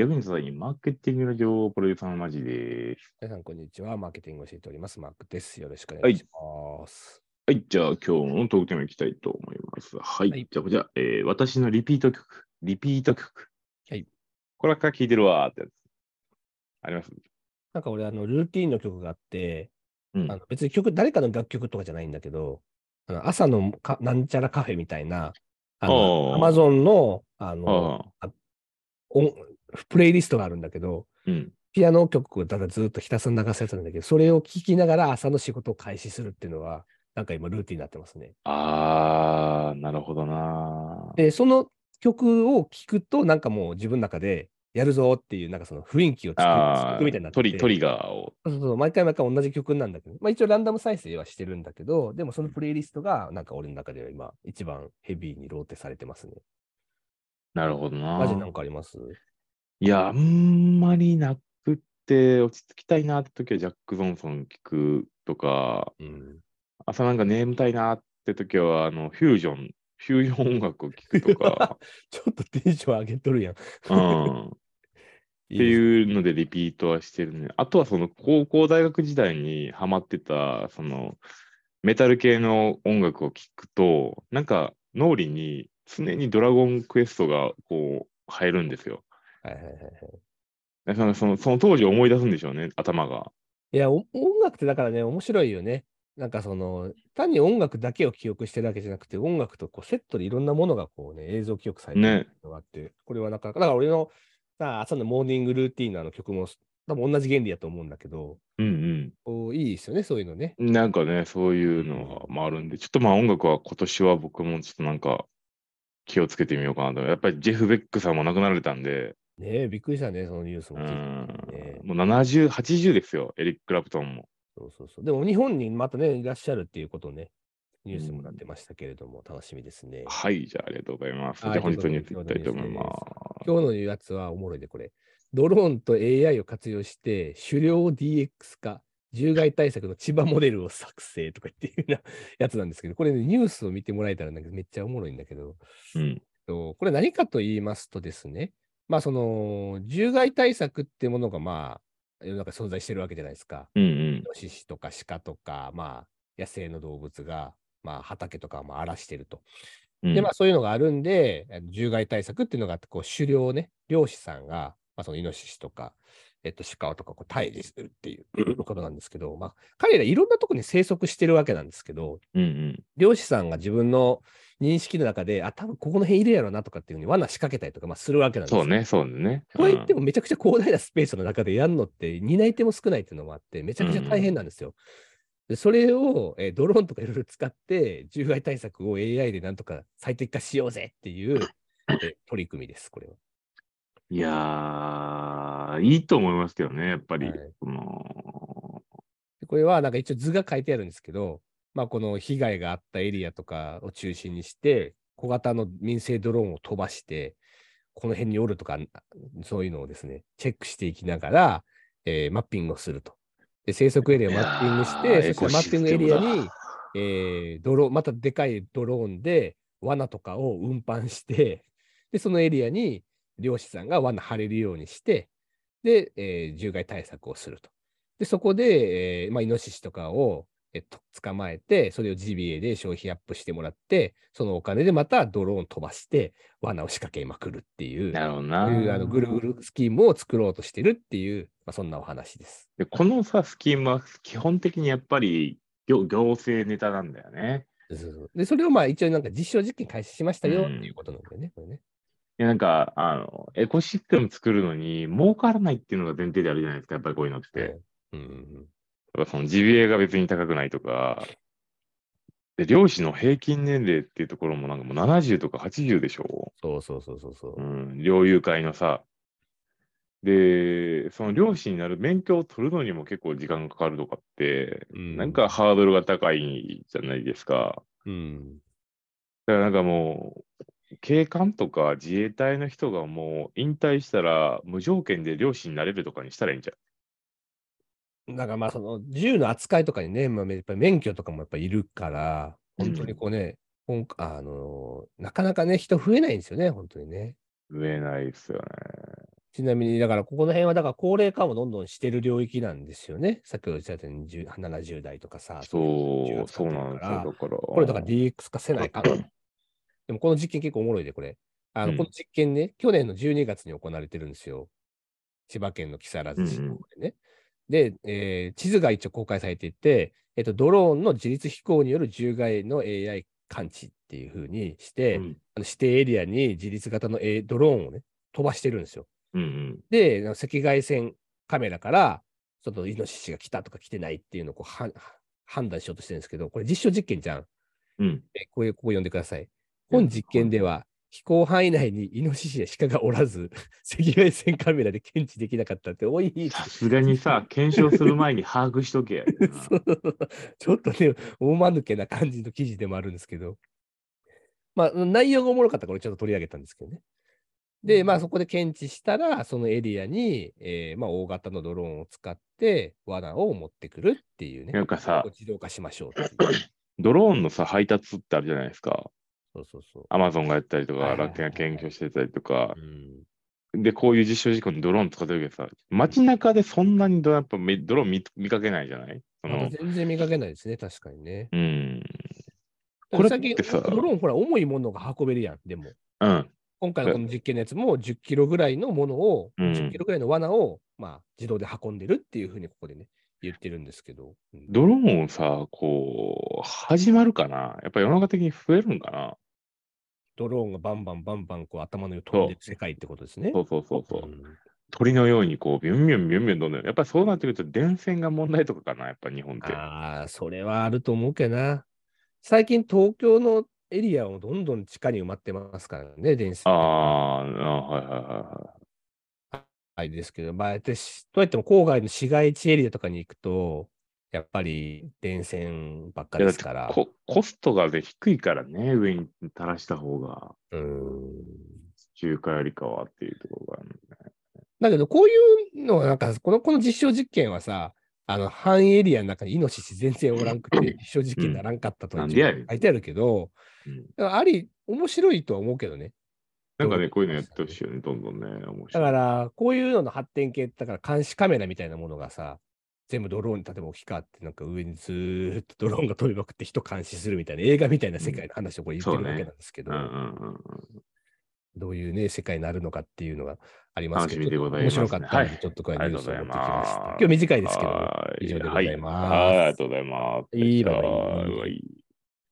役に立たないマーケティングの情報プロデューサーのマジです。皆さん、こんにちは。マーケティングを教えております。マークです。よろしくお願いします。はい、じゃあ今日のトークテーマいきたいと思います。はい、はいじゃあこちら、えー私のリピート曲、リピート曲。はい。これから聞いてるわーってやつ。ありますなんか俺、あの、ルーティンの曲があって、うんあの別に曲、誰かの楽曲とかじゃないんだけど、あの朝のかなんちゃらカフェみたいな、あの、アあーマゾンの、あの、ああ、音プレイリストがあるんだけど、うん。ピアノ曲をただずっとひたすら流すやつなんだけど、それを聴きながら朝の仕事を開始するっていうのは、なんか今ルーティンになってますね。あー、なるほどなー。で、その曲を聴くと、なんかもう自分の中でやるぞっていう、なんかその雰囲気を作るあ作ーるみたいになってトてリトリガーを。そうそう、毎回毎回同じ曲なんだけど、まあ一応ランダム再生はしてるんだけど、でもそのプレイリストが、なんか俺の中では今、一番ヘビーにローテされてますね。なるほどなー。マジなんかありますいや、あんまりなくって、落ち着きたいなって時はジャック・ゾンソン聞くとか、うん。 朝なんか眠たいなって時は、あの、フュージョン、フュージョン音楽を聞くとか、ちょっとテンション上げとるやん。うん、っいていですねいうのでリピートはしてるね。あとはその高校、大学時代にハマってた、その、メタル系の音楽を聞くと、なんか脳裏に常にドラゴンクエストがこう入るんですよ。はいはいはいはい。だからそのその当時を思い出すんでしょうね、頭が。いや、お音楽ってだからね、面白いよね。なんかその、単に音楽だけを記憶してるわけじゃなくて、音楽とこうセットでいろんなものがこうね、映像記憶されてるねっていうのがあって、これはなかなか、だから俺のさ朝のモーニングルーティンのあの曲も、多分同じ原理やと思うんだけど、うんうん。こういいですよね、そういうのね。なんかね、そういうのがまああるんで、ちょっとまあ音楽は今年は僕もちょっとなんか気をつけてみようかなと。やっぱりジェフ・ベックさんも亡くなられたんで、ねえ、びっくりしたね、そのニュースうもー聞いて。ん、もう70、80ですよ、エリック・クラプトンも。そうそうそう。でも日本にまたね、いらっしゃるっていうことね、ニュースもなってましたけれども、楽しみですね。はい、じゃあありがとうございます。じゃはあい本日のニュースといいうきことたでいと思います。今日のやつはおもろいで、これ。ドローンと AI を活用して、狩猟を DX 化、獣害対策の千葉モデルを作成とか言っていうようなやつなんですけど、これ、ね、ニュースを見てもらえたらなんかめっちゃおもろいんだけど、うん、とこれ何かと言いますとですね、まあその、獣害対策っていうものがまあ、世の中に存在してるわけじゃないですか。うん、イノシシとか鹿とか、まあ、野生の動物が、まあ、畑とかをまあ荒らしてると。うん。で、まあ、そういうのがあるんで、あの獣害対策っていうのがあって、こう、狩猟をね、漁師さんが、まあ、そのイノシシとか、えっと、鹿とか、こう、退治するっていうことなんですけど、まあ、彼らいろんなとこに生息してるわけなんですけど、うん、うん。漁師さんが自分の認識の中で、あ、多分ここの辺いるやろなとかっていうふうに罠仕掛けたりとか、まあ、するわけなんですそようね、そうね。とは言っても、もめちゃくちゃ広大なスペースの中でやるのって担い手も少ないっていうのもあってめちゃくちゃ大変なんですよ。でそれを、えードローンとかいろいろ使って獣害対策を AI でなんとか最適化しようぜっていう、えー取り組みです、これは。いやー、いいと思いますけどね、やっぱり。はいそのでこれはなんか一応図が書いてあるんですけど、まあ、この被害があったエリアとかを中心にして小型の民生ドローンを飛ばしてこの辺におるとかそういうのをですねチェックしていきながら、えーマッピングをすると。で生息エリアをマッピングしいやーて、そしてマッピングエリアに、えードローンまたでかいドローンで罠とかを運搬して、でそのエリアに漁師さんが罠張れるようにして、で、えー獣害対策をすると。で、そこで、えーまあ、イノシシとかを、えっと、捕まえて、それをジビエで消費アップしてもらって、そのお金でまたドローン飛ばして、罠を仕掛けまくるっていう、なるほどそなういうあのぐるぐるスキームを作ろうとしてるっていう、まあ、そんなお話です。で、このさ、スキームは基本的にやっぱり行行政ネタなんだよね。で、それをまあ一応なんか実証実験開始しましたよっていうことなんだよね、これね。いやなんか、あの、エコシステム作るのに儲からないっていうのが前提であるじゃないですか、やっぱりこういうのって。やっうんうんうん、ぱその GBA が別に高くないとか、で、漁師の平均年齢っていうところもなんかもう70とか80でしょそうそうそうそうそうう。。ん、猟友会のさ。で、その漁師になる免許を取るのにも結構時間がかかるとかって、なんか、ハードルが高いじゃないですか。うん、だからなんかもう、警官とか自衛隊の人がもう引退したら無条件で漁師になれるとかにしたらいいんじゃん。なんかまあその銃の扱いとかにね、まあ、やっぱり免許とかもやっぱいるから、本当にこうね、ほんあのーなかなかね、人増えないんですよね、本当にね。増えないですよね。ちなみに、だから、ここの辺は、だから、高齢化もどんどんしてる領域なんですよね。さっきおっしゃったように10 70代とかさ。そ10う、そうなんでだすかよ。らだから。ここれだから DX 化せないかん。 でもこの実験結構おもろいで、これ。あのうんこの実験ね、去年の12月に行われてるんですよ。千葉県の木更津市の方でね。で、えー地図が一応公開されていて、えっと、ドローンの自律飛行による獣害の AI 感知っていう風にして、うんあの指定エリアに自律型の、えードローンをね、飛ばしてるんですよ。うんで、赤外線カメラから、そのイノシシが来たとか来てないっていうのをこうは判断しようとしてるんですけど、これ実証実験じゃん。うん。うん。えーこれ、ここ読んでください。本実験では、飛行範囲内にイノシシや鹿がおらず、 赤外線カメラで検知できなかったって、おい、 さすがにさ、検証する前に把握しとけやでな。 ちょっとね、大間抜けな感じの記事でもあるんですけど、まあ、内容がおもろかったから、これちょっと取り上げたんですけどね。で、まあ、そこで検知したら、そのエリアに、えーまあ、大型のドローンを使って、罠を持ってくるっていうねな、んかさ、自動化しましょう っていう。ドローンのさ、配達ってあるじゃないですか。そうそうそアマゾンがやったりとはいか、はいはいはい楽天が研究してたりとかう。う、ん、で、こういう実証事項にドローン使ってるけどさ、街中でそんなにドやっぱめドローン見見かけないじゃないそまのだ、全然見かけないですね、確かにね。うん、ここれれ最近ってさドローンほら重いものが運べるやん、でも。うん、今回のこの実験のやつも10キロぐらいのものを、うん10キロぐらいの罠を、まあ、自動で運んでるっていうふうにここでね、言ってるんですけど。うんドローンをさ、こう、始まるかなやっぱ世の中的に増えるんかなドローンがバンバンバンバンこう頭の上を飛んでる世界ってことですね。そうそうそうそう。うん鳥のようにこう、ビュンビュンビュンビュンどんどん。やっぱりそうなってくると、電線が問題とかかなやっぱ日本って。ああ、それはあると思うけどな。最近東京のエリアをどんどん地下に埋まってますからね、電線。ああ、はいはいはあれですけど、まあ、でしどうやっても郊外の市街地エリアとかに行くと、やっぱり電線ばっかい。いやだっですてから。こコストが、ね、低いからね、上に垂らした方が、うーん中華よりかはっていうところがあるんだね。だけど、こういうのは、なんか、この、この実証実験はさ、あの、範囲エリアの中にイノシシ全然おらんくて、実証実験にならんかったとなんでやねん書いてあるけど、うんだからあり、面白いとは思うけどね。なんかね、こういうのやってほしいよね、どんどんね。面だ白いから、こういうのの発展系って、だから監視カメラみたいなものがさ、全部ドローンに例えば置き換わって、なんか上にずーっとドローンが飛びまくって人監視するみたいな映画みたいな世界の話をこれ言ってそうるねわけなんですけど、うんうんうんうん。どういうね、世界になるのかっていうのがありますけど、楽しみでござい面ますね白かったのはで、いちょっとこれニュースを持ってきました。あ今日り短いですけど、は以上でごはざいいますはいありがとうございます。いいバイバイはい